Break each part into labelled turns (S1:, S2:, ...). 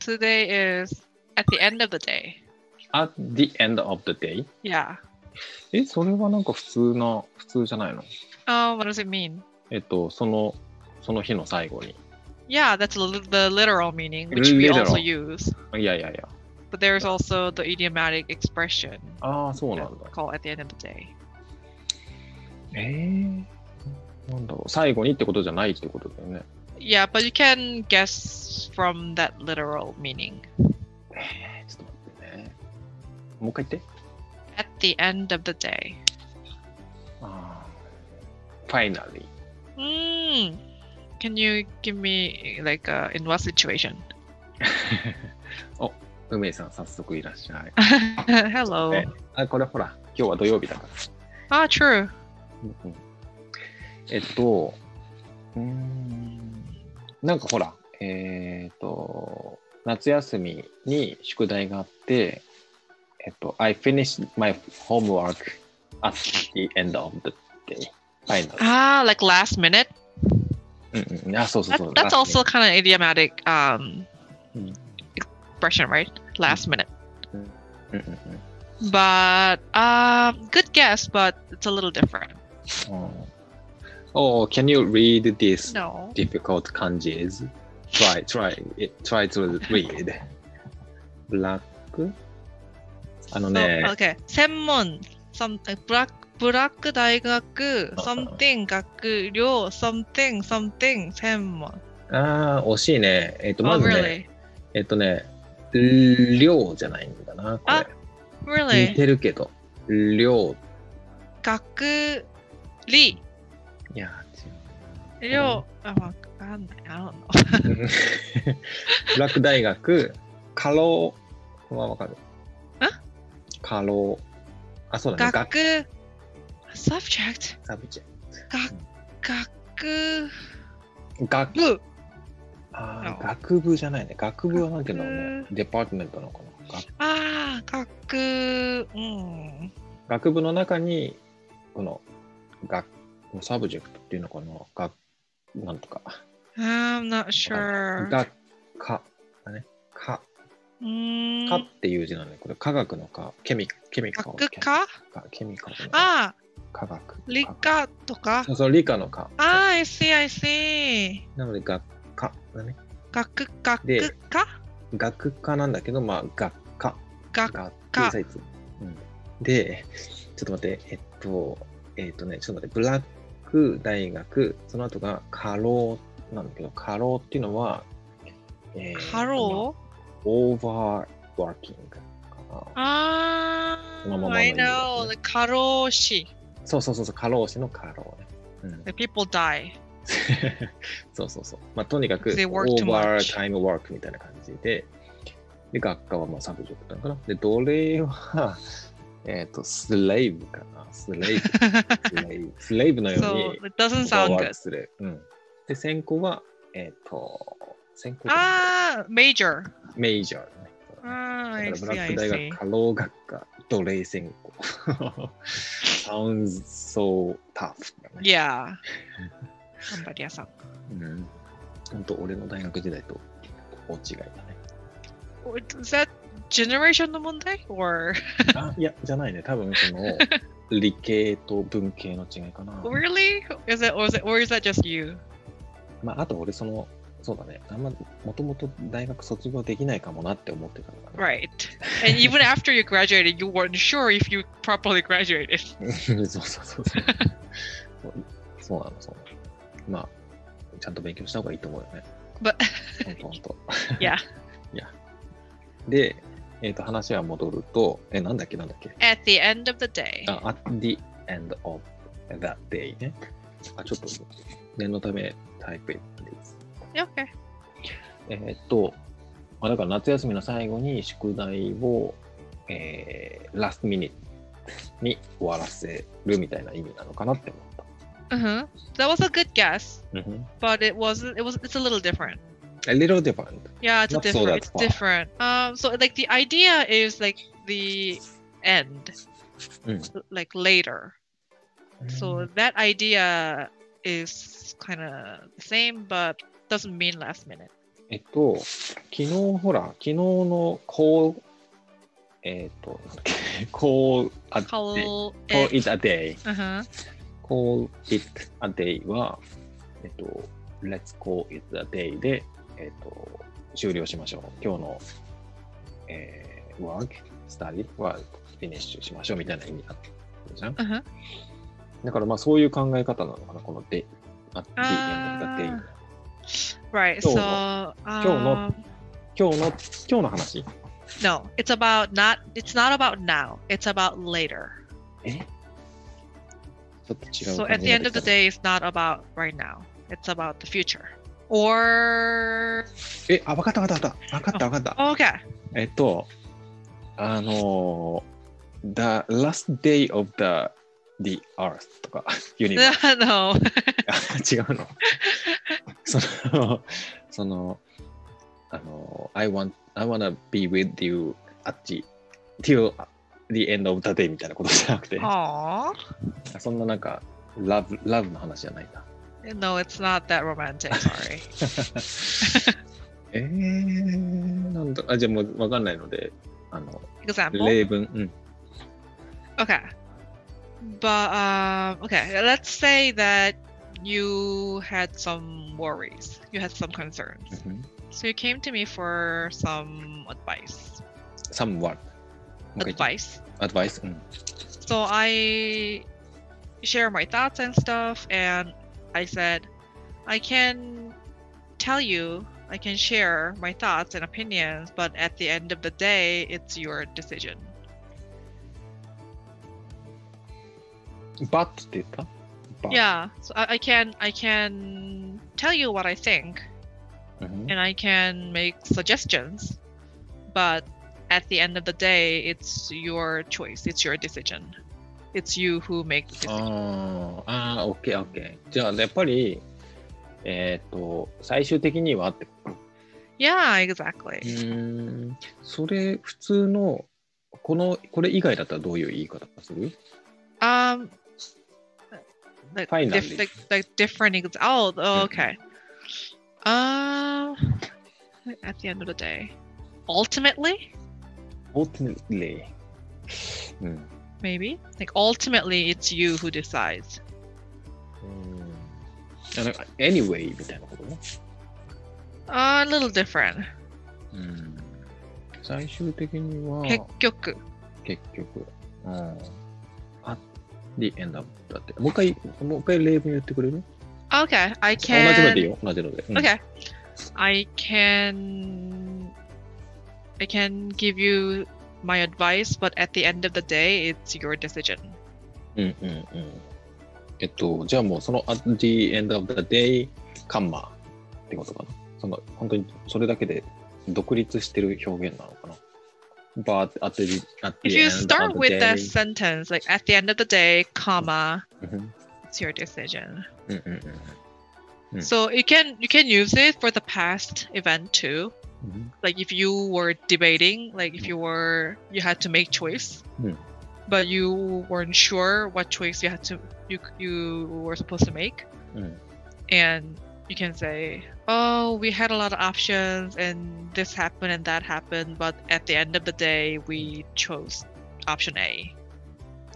S1: Today is at the end of the day.
S2: at the end of the day?
S1: Yeah.
S2: え、それはなんか普通な、普通じゃないの
S1: Oh, what does it mean?
S2: えっと、その、その日の最後に。
S1: Yeah, that's li- the literal meaning, which we also
S2: Literal.
S1: use.
S2: いやいやいや。
S1: But there's also the idiomatic expression
S2: ああ、そうなんだ。
S1: called at the end of the day.
S2: えー、なんだろう。最後にってことじゃないってことだよね。
S1: Yeah, but you can guess from that literal meaning.
S2: えーちょっと待ってね。もう一回言って。
S1: At the end of the day.
S2: ああ。finally.
S1: Hmm. Can you give me like uh, in what situation?
S2: 梅井さん、早速いらっし ゃい。
S1: Hello.
S2: ねあ、これほら、今日は土曜日だから。
S1: Ah, true.
S2: うんうんえっと、うーん、なんかほら、えーっと、夏休みに宿題があって、えっと、I finished my homework at the end of the day. Final.
S1: Ah, like last minute.
S2: うんうん、あ、そうそう
S1: That,
S2: そう。
S1: that's
S2: ラス
S1: also kind of idiomatic um,
S2: Mm.
S1: expression, right? Last minute.
S2: トうんうんうん
S1: But um, good guess, but it's a little different.
S2: うん。Oh, can you read this
S1: No.
S2: difficult kanjis? Try, try, it, try to read. Black? あの
S1: So,
S2: ね、
S1: okay. 専門 some uh, black ブラック大学、something 学寮、something something 専門。
S2: ああ、惜しいね。えっ、と、ま
S1: Oh,
S2: ずね、
S1: really?
S2: えっ、とね、量じゃないんだな、こ
S1: あ
S2: れ。似
S1: Really?
S2: てるけど、量。
S1: 学理
S2: いや、違う。
S1: 寮。あ、わかんない。I don't know.
S2: うん。ブラック大学、過労はわかる。
S1: ん
S2: 過労。あ、そうだね。学
S1: 学 subject
S2: サブチェ
S1: 学
S2: 学
S1: 部
S2: あー
S1: あ
S2: 学部じゃないね。学部はなんていうんだろうね。デパートメントなのかな。学
S1: ああ学うん
S2: 学部の中にこの学サブジェクトっていうのかな学なんとか
S1: Ah, I'm not sure
S2: 学科だね科
S1: うーん
S2: 科っていう字なんでこれ科学の科ケミケミカル
S1: 学科
S2: ケミカルの科
S1: ああ
S2: 科学
S1: 理科とか
S2: そうそう理科の科
S1: ああ Ah, I see I see
S2: なので学科だね
S1: 学
S2: で
S1: 学科
S2: 学科なんだけどまあ学科
S1: 学
S2: 学科サイズ、うん、でちょっと待ってえっとえっとねちょっと待ってブラック大学その後が過労なんだけど過労っていうのは、えー
S1: ハロー
S2: オーバーワーキングかな
S1: あ
S2: そのま
S1: あ
S2: まの
S1: Ah, I
S2: 意味ですね
S1: know 過労死
S2: そうそうそうそう過労死の過労ね、う ん
S1: The people die
S2: そうそうそうまあとにかくオ
S1: They work too
S2: ー
S1: much
S2: バータイムワークみたいな感じでで学科はまあサブジェクトなのかなで奴隷は えっ、とスレイブかなスレイブス レイブスレイブのよ
S1: So
S2: うに
S1: it doesn't sound
S2: ワー
S1: good
S2: クする。うん、で、先行は、えっ、と、先行が
S1: ああ Ah, major
S2: メイジャーだね。
S1: ああ
S2: だ
S1: I
S2: からブラ
S1: see
S2: ック
S1: I
S2: 大
S1: see
S2: 学過労学科奴隷専攻。Sounds so tough だね。
S1: Yeah 頑張り屋さん
S2: うん。本当、俺の大学時代と大違いだね。
S1: Is that generation の問題 or
S2: あいや、じゃないね。多分、その、 理系と文系の違いかな。
S1: really? Is it or is it or is that just you?
S2: まあ、あと俺、その、そうだね。あんま、もともと大学卒業できないかもなって思ってたからね。
S1: Right. And even after you graduated, you weren't sure if you properly graduated.
S2: そう そうそうそう。そうそうなの、そうなの。まあ、ちゃんと勉強した方がいいと思うよね。
S1: But
S2: ほんとほんと。
S1: い や。
S2: いや。で、えっ、と、話は戻ると、え、なんだっけなんだっけ。
S1: at the end of the day,
S2: あ、at the end of that day ね。あ、ちょっと、念のためタイプ it, please.
S1: okay.
S2: えーっと、まあ、だから夏休みの最後に宿題を、えー、ラストミニットに終わらせるみたいな意味なのかなって思った。
S1: Uh-huh. That was a good guess,
S2: うんふん
S1: but it wasn't. It was. It's a little different.
S2: A little different.
S1: Yeah, it's a
S2: Not so
S1: different.
S2: that
S1: It's
S2: far.
S1: different. Um. So like the idea is like the end,
S2: Mm.
S1: like later. So that idea is kind of the same, but doesn't mean last minute.
S2: えっと、昨日ほら、昨日のこう、えっと、 こう、あ、こ
S1: Call
S2: う
S1: it.
S2: is a day。
S1: Uh-huh.
S2: call it a day は、えっと、let's call it a day で、えっと、終了しましょう。今日の、えー、work, study はフィニッシュしましょうみたいな意味だったじゃん。
S1: Uh-huh.
S2: だからまあそういう考え方なのかな、この day。あ
S1: あー
S2: day なんだ day
S1: Right.
S2: Yo
S1: So,
S2: no. Yo no.
S1: um,
S2: 今日の、今日の話。
S1: no, it's about not. It's not about now. It's about later.
S2: えちょっと違う
S1: So
S2: 感
S1: at
S2: じ
S1: the
S2: が
S1: end
S2: で
S1: of
S2: き
S1: the
S2: た
S1: day, it's not about right now. It's about the future. Or
S2: え、あ、わかったわかったわかった。わかったわかった。
S1: okay.
S2: えっと、あのー、The last day of the, the earth とか、ユニバー
S1: no.
S2: ス。違うの。その、 その、あのー、I want, I wanna be with you あっち、till the end of the day みたいなことじゃなくて、
S1: Aww.
S2: そんななんか、ラブ、ラブの話じゃないんだ。
S1: No, it's not that romantic. Sorry.
S2: えー、なんだ、あ、じゃあもうわかんないので、あの、
S1: Example.
S2: 例文、うん。
S1: Okay. But um, okay. Let's say that you had some worries. You had some concerns.
S2: Mm-hmm.
S1: So you came to me for some advice.
S2: somewhat. もう一回
S1: Advice.
S2: アドバイス。うん。
S1: So I share my thoughts and stuff, and I said, I can tell you, I can share my thoughts and opinions, but at the end of the day, it's your decision.
S2: but って言った but.
S1: Yeah. So I, I can I can tell you what I think,
S2: うん。
S1: and I can make suggestions, but at the end of the day, it's your choice. It's your decision. It's you who make the decision.
S2: Oh. あーあー、OK、OK。じゃあ、やっぱり、えっ、と、最終的にはって。
S1: yeah, exactly.
S2: ん。それ、普通の、この、これ以外だったらどういう言い方する
S1: Um, like,
S2: Finally.
S1: diff- like, like different. ex- Oh, oh,
S2: Mhm.
S1: okay. Um, at the end of the day, ultimately,
S2: ?ultimately。うん。うん
S1: maybe like ultimately, it's you who decides.
S2: あなんか anyway みたいなことね。
S1: Uh, a little different.
S2: うん。最終的には。
S1: 結局
S2: 結局。うん。あ、the end of だって。もう一回、もう一回例文言ってくれる
S1: Okay, I
S2: 同じの
S1: can.
S2: でいいよ、同じので。うん
S1: Okay, I can. I can give you my advice, but at the end of the day, it's your decision.
S2: うんうんうん。えっと、じゃあもうその at the end of the day, カンマってことかな。その、本当にそれだけで独立してる表現なのかな。But at the, at
S1: If
S2: the
S1: you
S2: end
S1: start
S2: of the
S1: with
S2: day.
S1: that sentence, like at the end of the day, comma,
S2: うん
S1: it's your decision.
S2: うんうんうんうん。
S1: So you can you can use it for the past event too.
S2: うん。
S1: Like if you were debating, like
S2: Hmm.
S1: if you were you had to make choice,
S2: Mm.
S1: but you weren't sure what choice you had to you you were supposed to make,
S2: うん。
S1: and you can say, "Oh, we had a lot of options, and this happened and that happened, but at the end of the day,
S2: Hmm.
S1: we chose option A."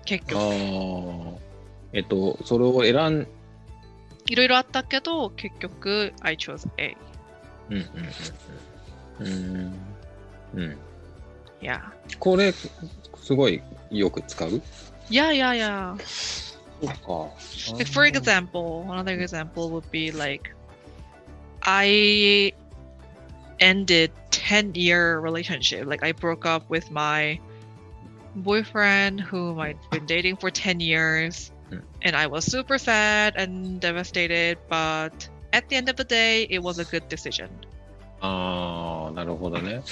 S1: 結局
S2: ああ。えっと、それを選ん、
S1: いろいろあったけど、結局、I chose A.
S2: うんうんうんうん。うん。うん。
S1: Yeah.
S2: これ、すごいよく使う
S1: Yeah, yeah, yeah.
S2: そうか。
S1: Like, for example, another example would be like, I ended 10 year relationship. Like, I broke up with my boyfriend whom I'd been dating for 10 years.
S2: Mm.
S1: And I was super sad and devastated, but at the end of the day, it was a good decision.
S2: ああ、なるほどね。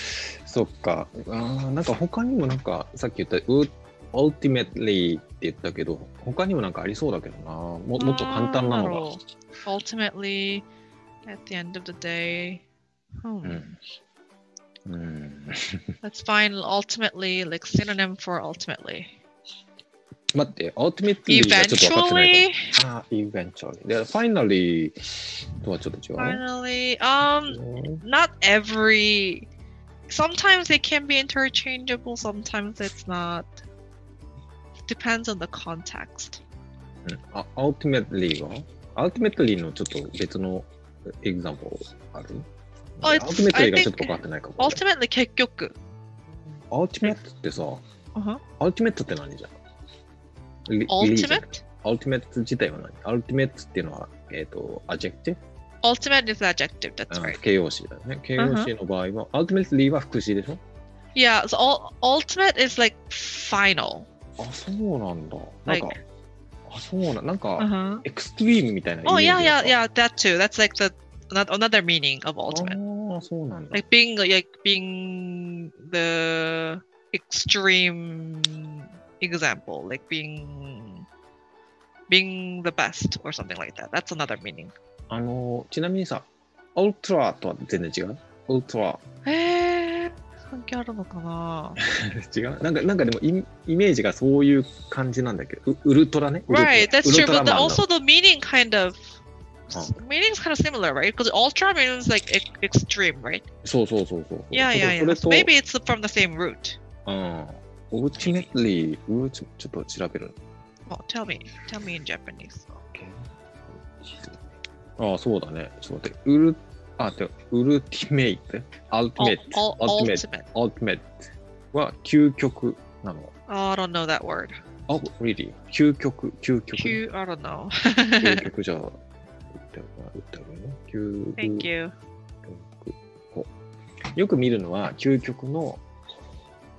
S2: そっか。あーなんか他にもなんか、さっき言った、う ultimately って言ったけど、他にもなんかありそうだけどな。ももっと簡単なのが。
S1: Ultimately, at the end of the day, hmm.
S2: うん。うん。
S1: Let's find ultimately, like synonym for ultimately.
S2: 待って、ア l ティメットリーがちょっと分かってない
S1: Eventually,
S2: かも。ああ、eventually。で、finally とはちょっと違う。
S1: finally, um, not every. Sometimes they can be interchangeable. Sometimes it's not. Depends on the context.
S2: うんあ、ultimately は ultimately のちょっと別のエグザンプルある
S1: あ
S2: ultimately
S1: it's-
S2: がちょっと分かってないかも。
S1: Ultimately, 結局。
S2: ア l ティメットってさ、
S1: Uh-huh.
S2: ア l ティメットって何じゃん
S1: Ultimate.
S2: ア l ティメット自体は何ア l ティメットっていうのは、えっ、と、アジェクティ
S1: Ultimate is the adjective. That's
S2: ブ、
S1: right.
S2: 形容詞だよね。形容詞の場合は、ア l ティメットリーは副詞でしょ
S1: Yeah. So ul- ultimate is like final.
S2: あ、そうなんだ。なん
S1: Like.、
S2: かあ、そうなんなんか、
S1: Uh huh.
S2: エクストリームみたいなイメ
S1: Oh
S2: ージだ
S1: yeah,
S2: った。
S1: yeah, yeah. That too. That's like the ano- another meaning of ultimate.
S2: ああ、そうなんだ。
S1: Like being like being the extreme example. Like being being the best or something like that. That's another meaning.
S2: あの、ちなみにさ、オルトラとは全然違うオルトラ。
S1: えー、関係あるのか な
S2: 違うなんか、なんかでもイ、イメージがそういう感じなんだけど、ウウルトラね。ウルトラ
S1: Right, that's
S2: ウ
S1: true.
S2: ルト
S1: But
S2: ラ
S1: the,
S2: マンの
S1: also the meaning kind of
S2: Oh.
S1: meaning is kind of similar, right? Because ultra means like ex- extreme, right?
S2: そうそうそうそう。
S1: Yeah,
S2: ちょ
S1: yeah,
S2: っ
S1: yeah.
S2: と
S1: So
S2: それと、
S1: maybe it's from the same root.
S2: うん。オルチメッリー、うーちょちょっと調べる。
S1: Well, tell me, tell me in Japanese.
S2: ああ、そうだね。ちょっと待って、ウル、あ、でウルティメイト。アルティ
S1: Ul-
S2: メイト。
S1: ul-
S2: ultimate.
S1: ultimate.
S2: アルティメイトは究極なの。
S1: Oh, I don't know that word.
S2: あ、really? 究極、究極。
S1: Q. I don't know.
S2: 究極じゃあ、打った打った方がいいね。究
S1: Thank
S2: 極
S1: you.
S2: およく見るのは、究極の、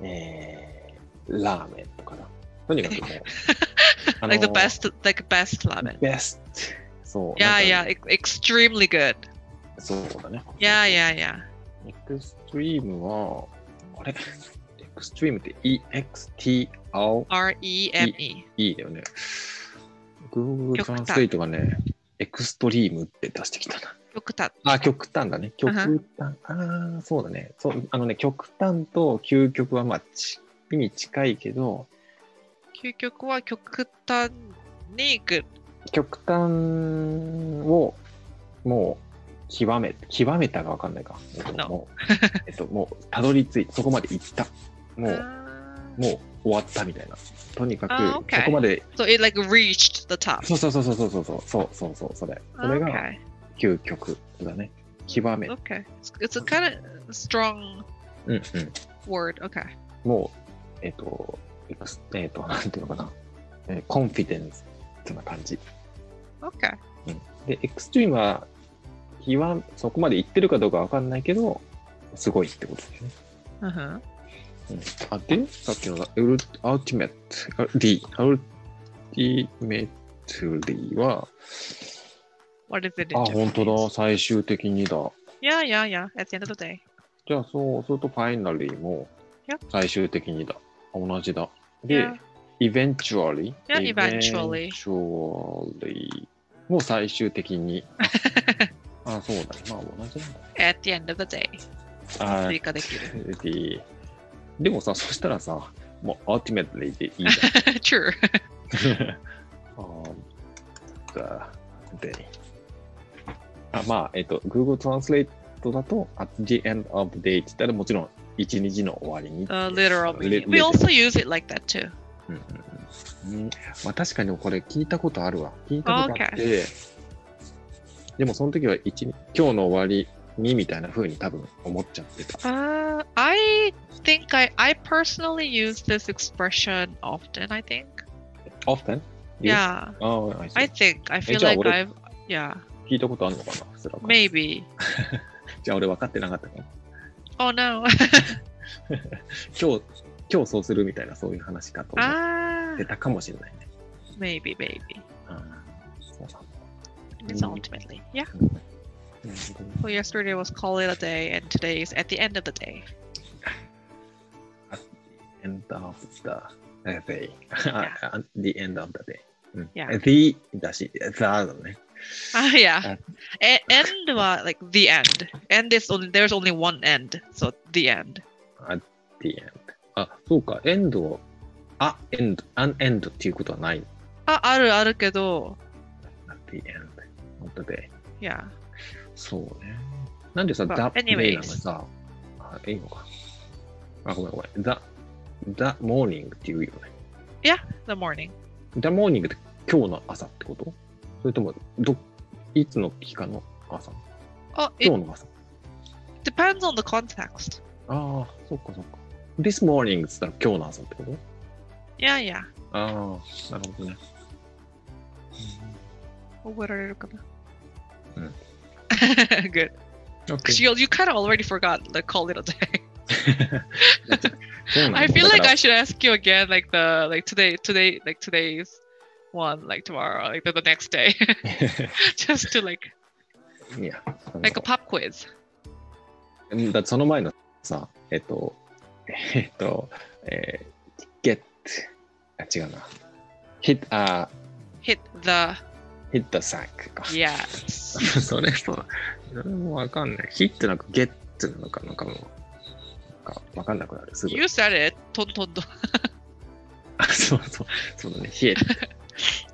S2: えー、ラーメンとかだ。とにか くもう、あ
S1: Like the best, like best ramen.
S2: ベスト。そう。
S1: Yeah,
S2: なん
S1: yeah.
S2: か
S1: ex- Extremely good.
S2: そうだね。
S1: Yeah, yeah, yeah.
S2: エクストリームは、あれエクストリームって EXTRE
S1: R E M E.
S2: だよね。Google
S1: 極
S2: ト
S1: 端
S2: ランスレートがね、エクストリームって出してきたな。
S1: Yokuta.
S2: あ、極端だね。極
S1: は
S2: 端。ああ、そうだね。そう、あのね、極端と究極はまあ、ち意味近いけど、
S1: 究極は極端に行く。
S2: 極端をもう極め、極めたがわかんないか。えっと、
S1: No
S2: もう、えっと、もうたどり着い、そこまで行った。もう、
S1: Ah.
S2: もう終わったみたいな。とにかく、
S1: あ OK
S2: そこまで、
S1: So it like reached the top.
S2: そうそうそうそうそうそうそう、そうそうそう、それ。それが
S1: Okay.
S2: 究極だね。極め。うん
S1: Okay. It's, it's a kind of strong
S2: うん。
S1: word. Okay.
S2: もう、えっ、と、エクスえっ、と、なんていうのかな、えーコンフィデンスってな感じ。
S1: Okay.
S2: で、エクストリームは、極そこまで行ってるかどうかわかんないけど、すごいってことだよ
S1: Uh-huh.
S2: ね。うん、あで、さっきのだウルアルティメット、あ D、アルティメットリーは、
S1: What is it
S2: あ、
S1: in
S2: 本
S1: Japanese?
S2: 当だ、最終的にだ。
S1: Yeah, yeah, yeah. At the end of the day.
S2: じゃあ、そうすると、ファイナリーも
S1: Yep、
S2: 最終的にだ。同じだ。で、
S1: Yeah.
S2: eventually
S1: Yeah, eventually.
S2: eventually もう最終的にあそうだねまあ同じなんだ
S1: At the end of the day.
S2: あー
S1: 追加できる
S2: ででもさそしたらさもう ultimately でいい じ
S1: True.
S2: ゃんあーであまあえっと Google Translate だと at the end of the day って言ったらもちろん一日の終わりに
S1: The Uh, literal
S2: レ
S1: meaning. We
S2: レ
S1: also use it like that too.
S2: うんうんうんうんまあ確かにこれ聞いたことあるわ。聞いたことあって、でもその時は一日今日の終わりにみたいな風に多分思っちゃってた。
S1: Uh, I think I, I personally use this expression often, I think.
S2: Often? You-
S1: Yeah.
S2: ああ、I see
S1: I think. I feel
S2: じゃあ
S1: like
S2: 俺
S1: I've. Yeah.
S2: 聞いたことあるのかなそれは
S1: Maybe.
S2: じゃあ俺分かってなかったね。
S1: Oh no.
S2: 今日、今日そうするみたいなそういう話かと思っ
S1: ah.
S2: てたかもしれないね。
S1: Maybe, maybe.
S2: あーそうなんだ
S1: It is
S2: Mm.
S1: ultimately. Yeah.
S2: なるほどね
S1: Well, yesterday was call it a day, and today is at the end of the day.
S2: end of the day. あ at the end of the day. うん
S1: Yeah.
S2: The だし、the だね。
S1: Ah, yeah.
S2: Uh,
S1: E- end, uh, like the end. End is only there's only one end, so the end.
S2: at the end. あ、そうか、エンドあ、エンド、アンエンドっていうことはない。
S1: あ、あるあるけど、
S2: なんてエンド。本当で。
S1: yeah.
S2: そうね。なんでさ、
S1: But
S2: that day
S1: anyways
S2: なのにさ、あ、いいのか。あ、ごめんごめん。だ、だ、モーニングって言うよね。
S1: The morning.
S2: だ、モーニングって今日の朝ってことそれとも、ど、いつの日かの朝
S1: Oh,
S2: 今
S1: it
S2: 日の朝。
S1: depends on the context.
S2: ああ、そっかそっか。This morning っつったら今日の朝ってこと
S1: Yeah, yeah.
S2: ああ、なるほどね。
S1: 覚えられるかな？
S2: うん。
S1: Good.
S2: o
S1: Cause you you kind of already forgot the call it a day.
S2: そうなんだ
S1: I feel
S2: だ
S1: like
S2: から
S1: I should ask you again, like the like today today like today's one, like tomorrow, like the, the next day, just to like
S2: いや、
S1: like a pop quiz.
S2: うんだその前のさ、えっと、えっと、えー、get、あ、違うな。hit, あ、
S1: Hit the
S2: hit the sack か。
S1: yes.
S2: それさ、それもわかんない。hit なんか get なのか、なんかもう、なんかわかんなくなる、すぐ。
S1: You said it. Tontondo.
S2: あ、 そうそう、そうだね、hit。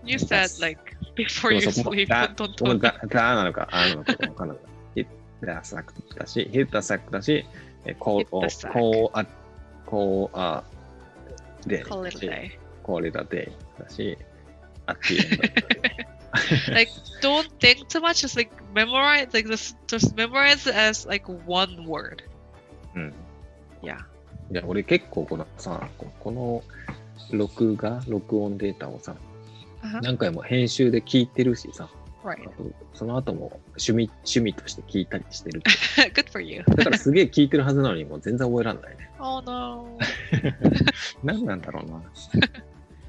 S1: You said
S2: That's-
S1: like before
S2: そう
S1: you
S2: そうもう
S1: sleep.
S2: だ
S1: Tontondo.
S2: もうだ、だなのか、あなのかわかんない。ヒッターサックだし、ヒッターサックだし、えーこう、
S1: Hit the
S2: お
S1: sack
S2: こう、あ、こう、あ、で、
S1: Call it a day.
S2: これだで、だ し、あっちゅうのだったり
S1: Don't think too much. Just like memorize, like this. Just memorize it as like one word.
S2: うん。
S1: いや。
S2: いや、俺結構このさ、ここの録画、録音データをさ、
S1: Uh-huh.
S2: 何回も編集で聞いてるしさ、あ
S1: Right.
S2: とその後も趣味、趣味として聞いたりしてる。
S1: Good for you.
S2: だからすげえ聞いてるはずなのに、もう全然覚えらんないね。
S1: Oh no.
S2: 何なんだろうな。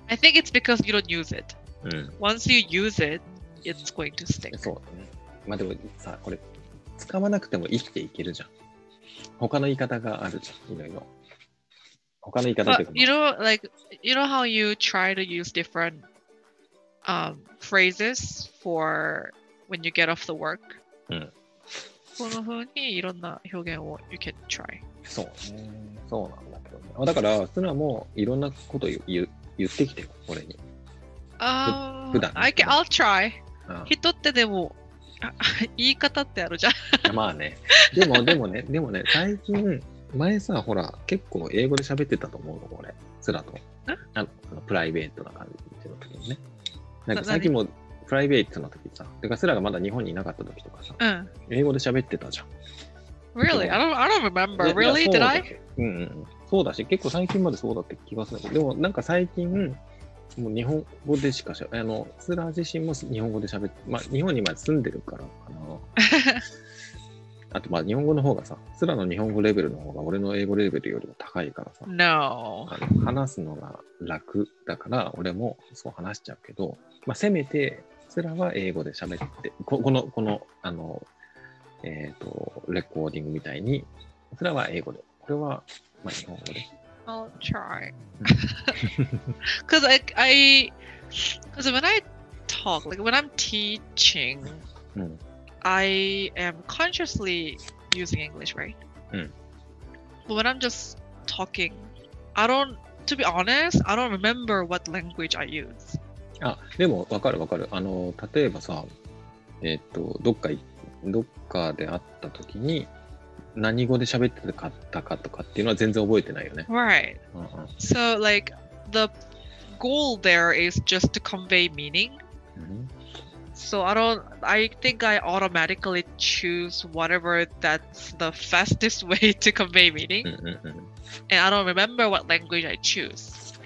S1: I think it's because you don't use it.
S2: うん。
S1: Once you use it, it's going to stick.
S2: そうだね。まあでもさ、これ、使わなくても生きていけるじゃん。他の言い方があるじゃん、いろいろ。他の言い方っていうか
S1: But you know, like you know how you try to use different um, phrases for when you get off the work.
S2: うん。
S1: この風にいろんな表現を you can try.
S2: そうね。そうなんだけどね。あだから、スナもいろんなこと言う言う言ってきてる、俺に。
S1: Uh,
S2: 普段ね。
S1: I can, I'll try.
S2: あ
S1: 人ってでもあ 言い方ってあるじゃん。
S2: まあね。でも、でもね、でもね、最近、前さ、ほら、結構英語で喋ってたと思うの、俺。スラと。あの、あのプライベートな感じの時にね。なんか
S1: な
S2: 最近も、プライベートな時さ、てかスラがまだ日本にいなかった時とかさ、
S1: うん。
S2: 英語で喋ってたじゃん。
S1: Really? I don't I don't remember.
S2: いや
S1: Really?
S2: い
S1: Did
S2: や
S1: I?
S2: そうだしうんうん、そうだし、結構最近までそうだって気がするんだけど。でも、なんか最近、もう日本語でしかしゃ、あの、スラ自身も日本語で喋って、まあ、日本に今住んでるからか な。あと、まあ、日本語の方がさ、スラの日本語レベルの方が俺の英語レベルよりも高いからさ、
S1: No.
S2: あの話すのが楽だから、俺もそう話しちゃうけど、まあ、せめて、スラは英語で喋って、ここの、この、あの、えっ、と、レコーディングみたいに、スラは英語で、これは、まあ、日本語で。
S1: I'll try. Cause I I cause when I talk, like when I'm teaching,
S2: うん。
S1: I am consciously using English, right? Hmm.
S2: Mm.
S1: But when I'm just talking, I don't to be honest, I don't remember what language I use.
S2: あ、でも、わかるわかる。あの、例えばさ、えっ、と、どっかい、どっかで会った時に、何語で喋ってたかとかっていうのは全然覚えてないよね。
S1: Right.
S2: うんうん。
S1: So like the goal there is just to convey meaning.
S2: うん、
S1: So I don't I think I automatically choose whatever that's the fastest way to convey
S2: う
S1: meaning
S2: んうんうん。
S1: and I don't remember what language I choose.
S2: そ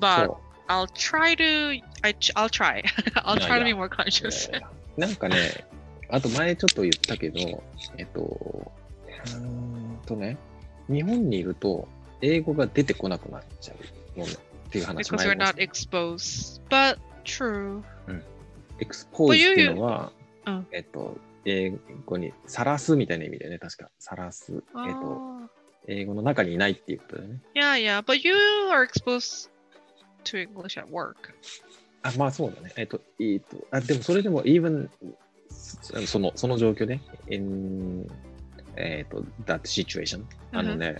S1: But
S2: う。
S1: I'll try to I ch- I'll try. I'll
S2: Yeah,
S1: try to
S2: yeah.
S1: be more conscious.
S2: なんかね、あと前ちょっと言ったけど、えっと、うーんとね、日本にいると英語が出てこなくなっちゃうもんねっていう話
S1: because
S2: 前
S1: we're
S2: も
S1: not exposed. But true.
S2: エクスポーズっていうのは
S1: うん、
S2: えっと、英語にさらすみたいな意味だよね、確か。さらす。えっと、
S1: Oh.
S2: 英語の中にいないっていうことだよね。
S1: Yeah, yeah. But you are exposed to English at work.
S2: あ、まあそうだね。えっと、えっと、あ、でもそれでも、even、そその、その状況ね、in、えっと、that situation。あのね、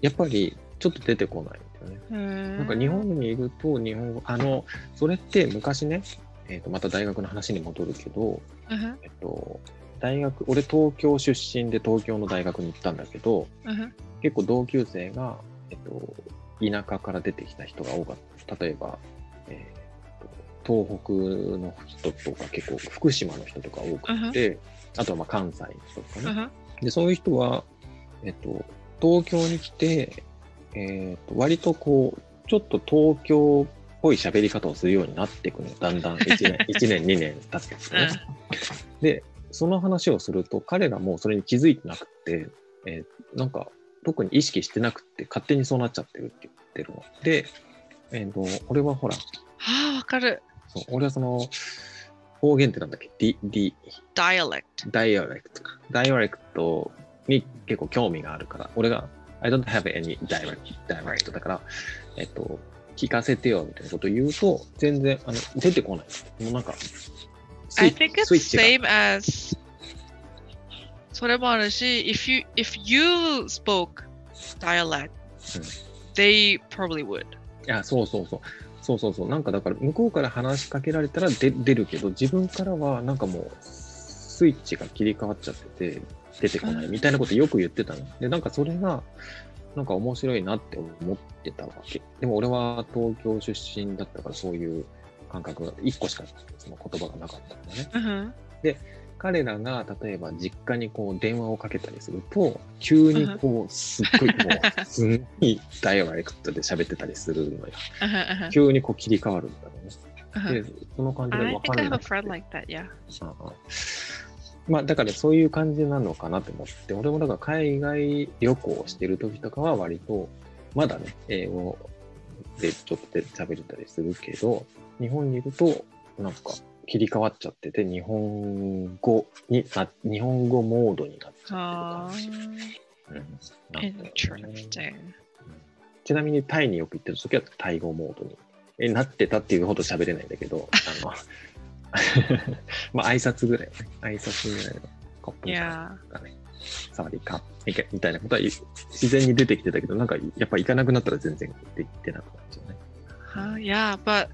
S2: やっぱりちょっと出てこないんだよね。
S1: な
S2: なんか日本にいると日本語あのそれって昔ね、えー、とまた大学の話に戻るけど、
S1: うん
S2: えっと大学俺東京出身で東京の大学に行ったんだけど
S1: うん
S2: 結構同級生が、えっと田舎から出てきた人が多かった例えば、えーと東北の人とか結構福島の人とか多
S1: Uh-huh.
S2: くて、あとはまあ関西の人とかね、
S1: うん
S2: でそういう人は、えっと、東京に来て、えっと割とこうちょっと東京っぽい喋り方をするようになっていくのだんだん1年 ,1 年2年経っていくとね。でその話をすると彼らもそれに気づいてなくて、えーなんか特に意識してなくて勝手にそうなっちゃってるって言ってるの。で、えっと俺はほら
S1: はあわかる
S2: そう俺はその方言ってなんだっけ D, D
S1: dialect
S2: ダイアレクトか。ダイアレクトに結構興味があるから、俺が、I don't have any direct, direct だから、えっと、聞かせてよみたいなことを言うと、全然あの出てこない。もうなんか、ス
S1: I think it's
S2: が
S1: same as それもあるし if you if you spoke dialect
S2: うん
S1: they probably would
S2: いや、そうそうそう。そうそうそう。なんかだから、向こうから話しかけられたら出出るけど、自分からはなんかもう、スイッチが切り替わっちゃってて、出てこないみたいなことよく言ってたの。で、なんかそれが、なんか面白いなって思ってたわけ。でも俺は東京出身だったから、そういう感覚が、一個しかその言葉がなかったんだね。
S1: うん
S2: 彼らが例えば実家にこう電話をかけたりすると急にこうすっごいもうすんごいダイアレクトで喋ってたりするのよ
S1: うんうん
S2: 急にこう切り替わるんだろ
S1: うん
S2: うねでその感じで
S1: I
S2: 分
S1: think
S2: か
S1: I
S2: ん
S1: have
S2: な
S1: a
S2: く
S1: friend
S2: て
S1: like that yeah
S2: ああまあだからそういう感じなのかなと思って俺もだから海外旅行をしてる時とかは割とまだね英語でちょっとで喋れたりするけど日本にいるとなんか切り替わっちゃってて日本語にな日本語モードになっちゃ
S1: あ
S2: ってる感じ、うんなんだよね
S1: interesting
S2: ちなみにタイによく行ってる時はタイ語モードにえなってたっていうほど喋れないんだけど、あのまあ挨拶ぐらいね、挨拶ぐらいのコップ
S1: yeah
S2: とかね、サワディーカみたいみたいなことは自然に出てきてたけど、なんかやっぱ行かなくなったら全然できてなくなっちゃう ね。
S1: huh? yeah but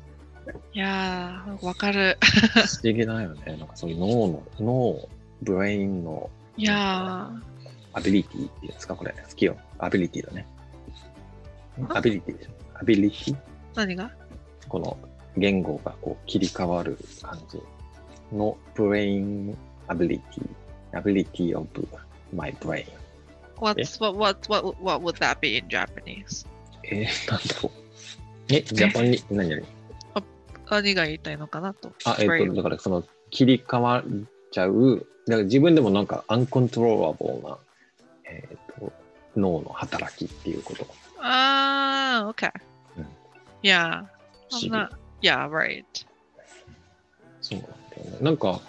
S1: yeah わかる
S2: 不思議だよね、なんかその脳の、脳、ブレインの
S1: yeah
S2: アビリティっていうんですか、これ、スキル、アビリティだね。アビリティでしょ。アビリティ
S1: 何が
S2: この言語がこう切り替わる感じの brain ability, ability of my brain.
S1: What's what what what what would that be in Japanese
S2: えー、なんだろう。え、ジャパンに、何々
S1: 何が言いたいのかなと
S2: あ、えっ、
S1: Brain
S2: と、だからその切り替わっちゃう、だから自分でもなんか uncontrollable な、えー、と脳の働きっていうこと。
S1: Ah, okay.
S2: Mm.
S1: Yeah,
S2: 不思
S1: I'm
S2: 議
S1: not. Yeah, right.
S2: そうなんだよね。なんか、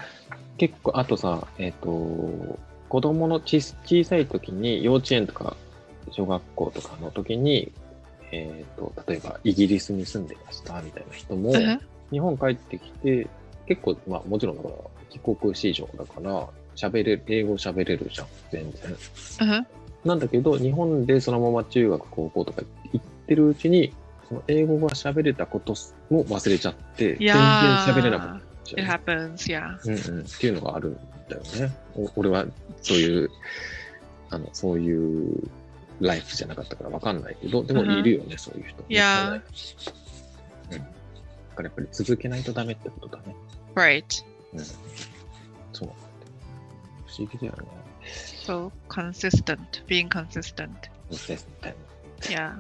S2: 結構、あとさ、えっ、と、子供のち小さい時に、幼稚園とか小学校とかの時に、えっ、と、例えばイギリスに住んでましたみたいな人も、
S1: Uh-huh.
S2: 日本帰ってきて、結構、まあもちろんだから、帰国子女だから、喋れる、英語喋れるじゃん、全然。
S1: Uh-huh.
S2: なんだけど、日本でそのまま中学、高校とか行ってるうちに、その英語が喋れたことも忘れちゃって、全然喋れなくなっ
S1: Yeah,
S2: ちゃう
S1: it。happens. Yeah.
S2: うんうん、っていうのがあるんだよね。お俺はそういうあのそういうライフじゃなかったから分かんないけどでも
S1: うん
S2: いるよね、そういう人。
S1: いや
S2: うん、だからやっぱり続けないとダメってことだね。
S1: Right.
S2: うん、そうなんだよ不思議だよね。
S1: So consistent, being consistent.
S2: 絶対
S1: Yeah.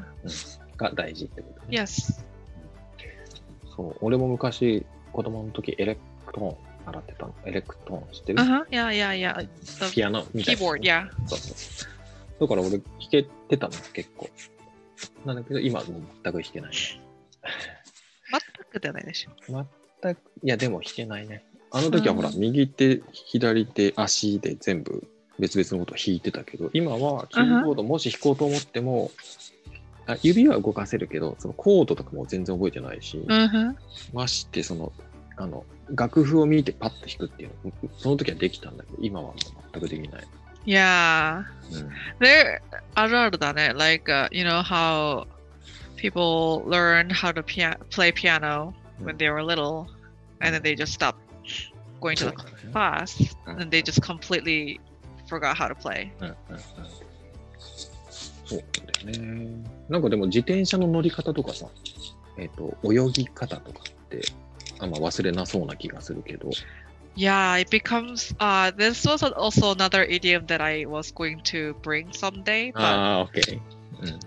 S2: が大事ってことね。
S1: Yes.
S2: そう俺も昔子供の時エレクトーン習ってたの。エレクトーン知ってる、
S1: Uh huh. Yeah, yeah, yeah. The
S2: ピアノみたいな。
S1: keyboard. Yeah.
S2: そうそう。だから俺弾けてたの、結構。なんだけど、今はもう全く弾けないね。全く、いや、でも弾けないね。あの時はほら、
S1: う
S2: 右手、左手、足で全部別々のことを弾いてたけど、今はキーボード、もし弾こうと思っても、あ指は動かせるけど、そのコードとかも全然覚えてないし、
S1: Uh huh.
S2: まして、その、あの、楽譜を見てパッと弾くっていうの、その時はできたんだけど、今はもう全くできない。
S1: Yeah.
S2: うん、
S1: There are Like, uh, you know how people learn how to pia- play piano when they were little and then they just stopped going to
S2: そう
S1: the
S2: だね
S1: class
S2: Mm.
S1: and they just completely forgot how to play.
S2: うんうんうんそうだよね。なんかでも自転車の乗り方とかさ、えっ、と、泳ぎ方とかって、あんま忘れなそうな気がするけど、
S1: Yeah, it becomes uh this was also another idiom that I was going to bring someday, but
S2: ああ、OK。うん。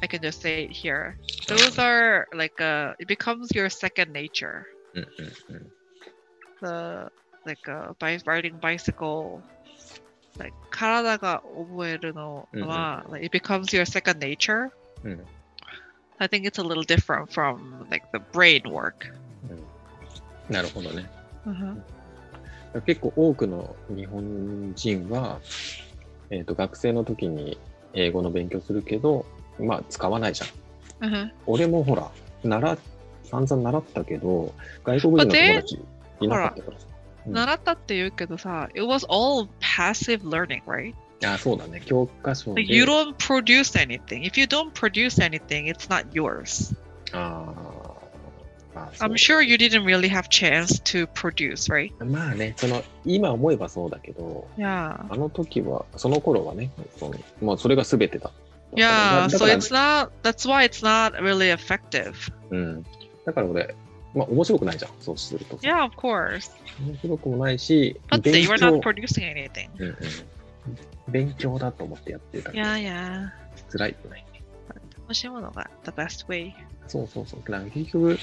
S1: I can just say it here. Those are like uh it becomes your second nature.
S2: うんうんうん。
S1: the like uh, by riding bicycle like 体が覚えるのは、like, it becomes your second nature
S2: うん
S1: I think it's a little different from like the brain work
S2: うん、なるほどね。
S1: Mm-hmm.
S2: 結構多くの日本人は、えー、と学生の時に英語の勉強するけど、まあ、使わないじゃん。
S1: Mm-hmm.
S2: 俺もほら習っ散々習ったけど外国人の友達いなかったからさ。うん
S1: 習ったって言うけどさ it was all passive learning right
S2: あそうだね教科書で
S1: like you don't produce anything if you don't produce anything it's not yours
S2: あーまあそう
S1: I'm sure you didn't really have chance to produce right
S2: まあねその今思えばそうだけど
S1: yeah
S2: あの時はその頃はねそのもうそれが全てだったから
S1: yeah
S2: だ
S1: so
S2: から
S1: it's not that's why it's not really effective
S2: うん、だから俺、まあ、面白くないじゃんそうするとさ
S1: Yeah, of course.
S2: 面白くもないし
S1: But
S2: 勉
S1: they
S2: 強
S1: were not producing anything.
S2: うんうん、勉強だと思ってやってたけど
S1: Yeah, yeah.
S2: 辛いよね
S1: the best way.
S2: そうそうそうだから結局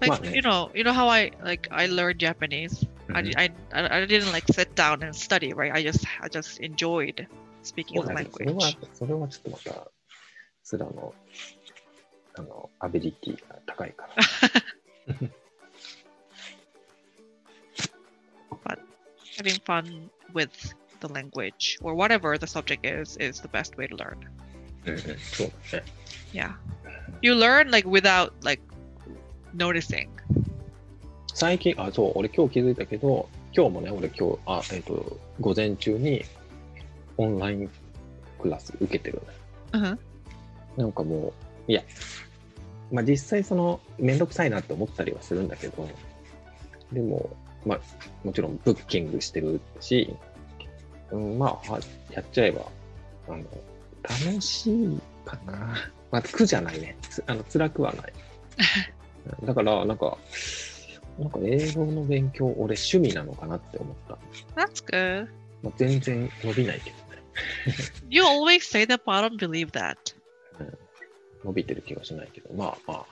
S1: Like
S2: Well,
S1: you know, you know how I like I learned Japanese.
S2: Mm-hmm.
S1: I, I I I didn't like sit down and study, right? I just I just enjoyed
S2: そ
S1: speaking
S2: う
S1: the
S2: だねそれは
S1: language.
S2: それはちょっとまたスラのあのアビリティが高いから
S1: Having fun with the language or whatever the subject is is the best way to learn.
S2: うんうんそうだね
S1: Yeah. You learn like without like noticing.
S2: 最近あそう俺今日気づいたけど今日もね俺今日あえっ、と午前中にオンラインクラス受けてるの
S1: Uh-huh.
S2: なんかもう、いや、まあ実際その、めんどくさいなって思ったりはするんだけど、でも、まあ、もちろんブッキングしてるし、うん、まあ、はやっちゃえば、あの、楽しいかな。まあ、苦じゃないね。つあの辛くはない。だから、なんか、なんか英語の勉強、俺趣味なのかなって思った。
S1: That's good.
S2: まあ、全然伸びないけどね。
S1: You always say that, but I don't believe that.
S2: 伸びてる気がしないけど、まあまあ、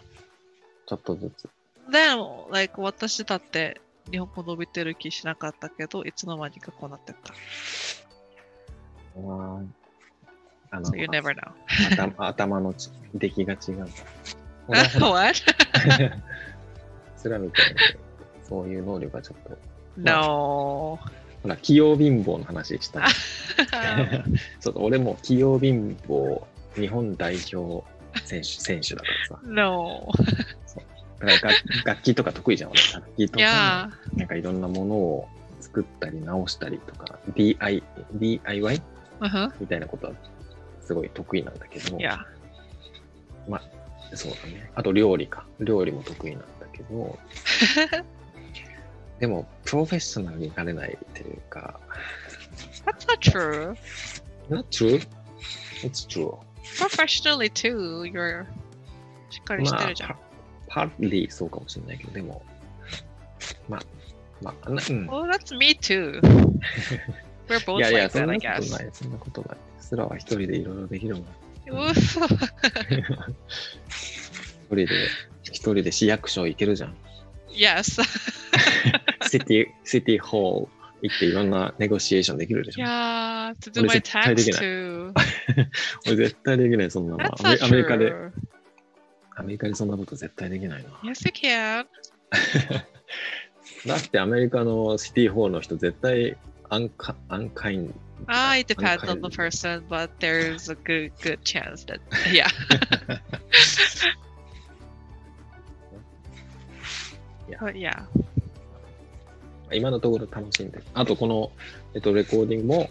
S2: ちょっとずつ。
S1: でも、like, 私だって日本語伸びてる気しなかったけど、いつの間にかこうなってた。
S2: うんあの
S1: So you never know.
S2: 頭頭のち出来が違うんだ。俺はほら
S1: What?
S2: スラみたいにそういう能力がちょっと
S1: No.
S2: ほら器用貧乏の話した
S1: yeah,
S2: そうそう俺も器用貧乏日本代表選手選手だからさ
S1: no.
S2: だから楽楽器とか得意じゃん俺楽器とか、
S1: Yeah.
S2: なんかいろんなものを作ったり直したりとか DI DIY
S1: Uh-huh.
S2: みたいなことはすごい得意なんだけど、
S1: Yeah.
S2: そうだね。あと料理か。料理も得意なんだけ ど、でも、プロフェッショナルになれないっていうか、
S1: That's not true.
S2: not true? It's true.
S1: Professionally too, you're しっかりし
S2: ま
S1: て
S2: あ
S1: るじゃん。、
S2: パパリそうかもしれないけど、でも、まあ、まあ、なうん。
S1: well, that's me too. We're both
S2: いやいや、
S1: like
S2: そ
S1: that,
S2: んな
S1: I
S2: ことな
S1: guess.
S2: い、そんなことない。スラは一人でいろいろできるもん。
S1: 嘘
S2: 一人で、一人で市役所行けるじゃん。
S1: yes.
S2: シテ ィ、シティホール行っていろんなネゴシエーションできるでしょ。
S1: Yeah. To do
S2: 俺
S1: my
S2: 絶対で
S1: tax
S2: きない
S1: too.
S2: 俺絶対できない、そんなの。
S1: That's not
S2: アメアメリカで。
S1: true.
S2: アメリカでそんなこと絶対できないな。
S1: Yes, you can.
S2: だってアメリカのシティホールの人絶対アンカアンカイン。
S1: Ah, it depends on the
S2: Unkind.
S1: person, but there's a good good chance that yeah.
S2: いや
S1: But yeah.
S2: 今のところ楽しんでる。あとこの、えっと、レコーディングも、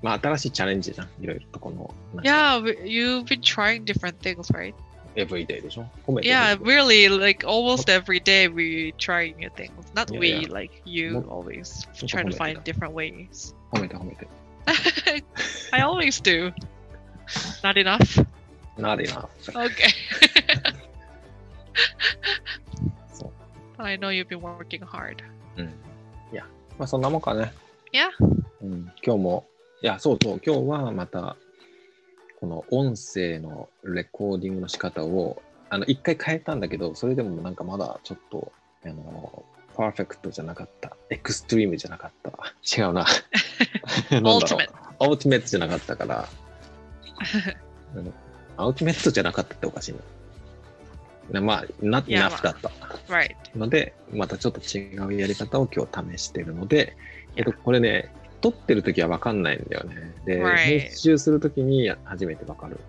S2: まあ、新しいチャレンジじゃん。いろいろとこの、な
S1: Yeah,
S2: んか
S1: we- you've been trying different things, right?
S2: every day でしょ。褒めてる
S1: Yeah, really, like almost every day we try new things. Not
S2: Yeah,
S1: we,
S2: yeah.
S1: like you
S2: Mo-
S1: always
S2: Mo-
S1: try to
S2: Mohammed,
S1: find
S2: yeah.
S1: different ways.
S2: 褒めて褒めて。
S1: I always do. Not enough.
S2: not enough.
S1: Okay.
S2: そう
S1: I know you've been working hard.
S2: まあそんなもんかね。
S1: Yeah.
S2: うん、今日も、いや、そうそう、今日はまた、この音声のレコーディングの仕方を、あの、一回変えたんだけど、それでもなんかまだちょっと、あの、パーフェクトじゃなかった。エクストリームじゃなか った。違うな。なんだろう
S1: Ultimate.。
S2: アルティメットじゃなかった から。うんアルティメットじゃなかったっておかしいな。なまあ、not
S1: いや
S2: enough だった。
S1: Right.
S2: ので、またちょっと違うやり方を今日試してるので、
S1: い
S2: え
S1: や
S2: っと、これね、撮ってる時は分かんないんだよね。で、
S1: Right.
S2: 編集する時に初めて分かる。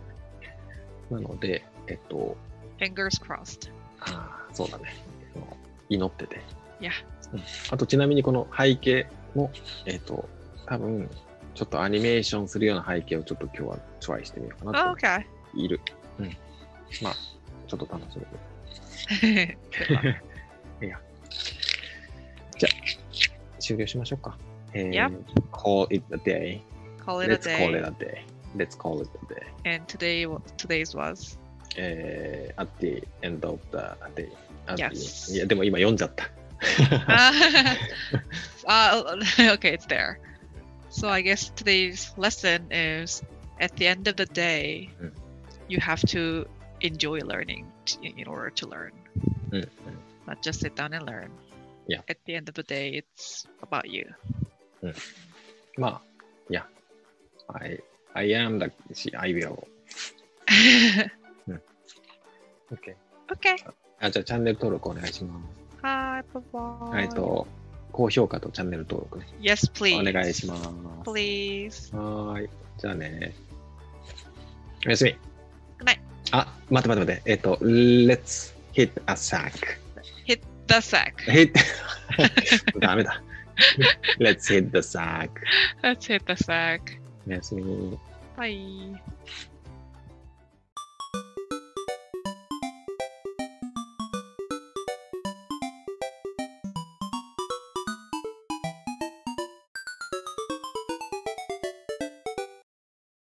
S2: なので、えっと、
S1: Fingers crossed.
S2: ああ、そうだね。その祈ってて。
S1: いや
S2: うんあと、ちなみにこの背景も、えっと、多分、ちょっとアニメーションするような背景をちょっと今日はトライしてみようかなと
S1: Oh,
S2: 思
S1: okay.
S2: いる。うん。まあ、ちょっと楽しみに。いや。じゃあ、終了しましょうか。えー
S1: Yep.
S2: Call it a day.
S1: Call it a
S2: Let's call
S1: day.
S2: it a day. Let's call it a day.
S1: And today, wa- today's was
S2: えー at the end of the day. At the-
S1: Yes.
S2: いや、でも今読んじゃった。
S1: uh, okay, it's there. So I guess today's lesson is at the end of the day,
S2: Mm.
S1: you have to enjoy learning t- in order to learn,
S2: うんうん。
S1: not just sit down and learn.
S2: Yeah.
S1: At the end of the day, it's about you.
S2: まあ、いや。I, I am だし、I will. Okay.
S1: okay.
S2: あ、じゃあチャンネル登録お願いします。
S1: Hi, bye
S2: えっと、高評価とチャンネル登録ね。
S1: Yes,
S2: お
S1: please.
S2: 願いします。
S1: Please.
S2: はーい。じゃあね。おやすみ。
S1: Good night.
S2: あ、待って待って待って。えっと、Let's hit a sack.
S1: Hit the sack.
S2: Hit... ダメだ。Let's hit the sack.
S1: Let's hit the sack.
S2: おやすみ。
S1: Bye.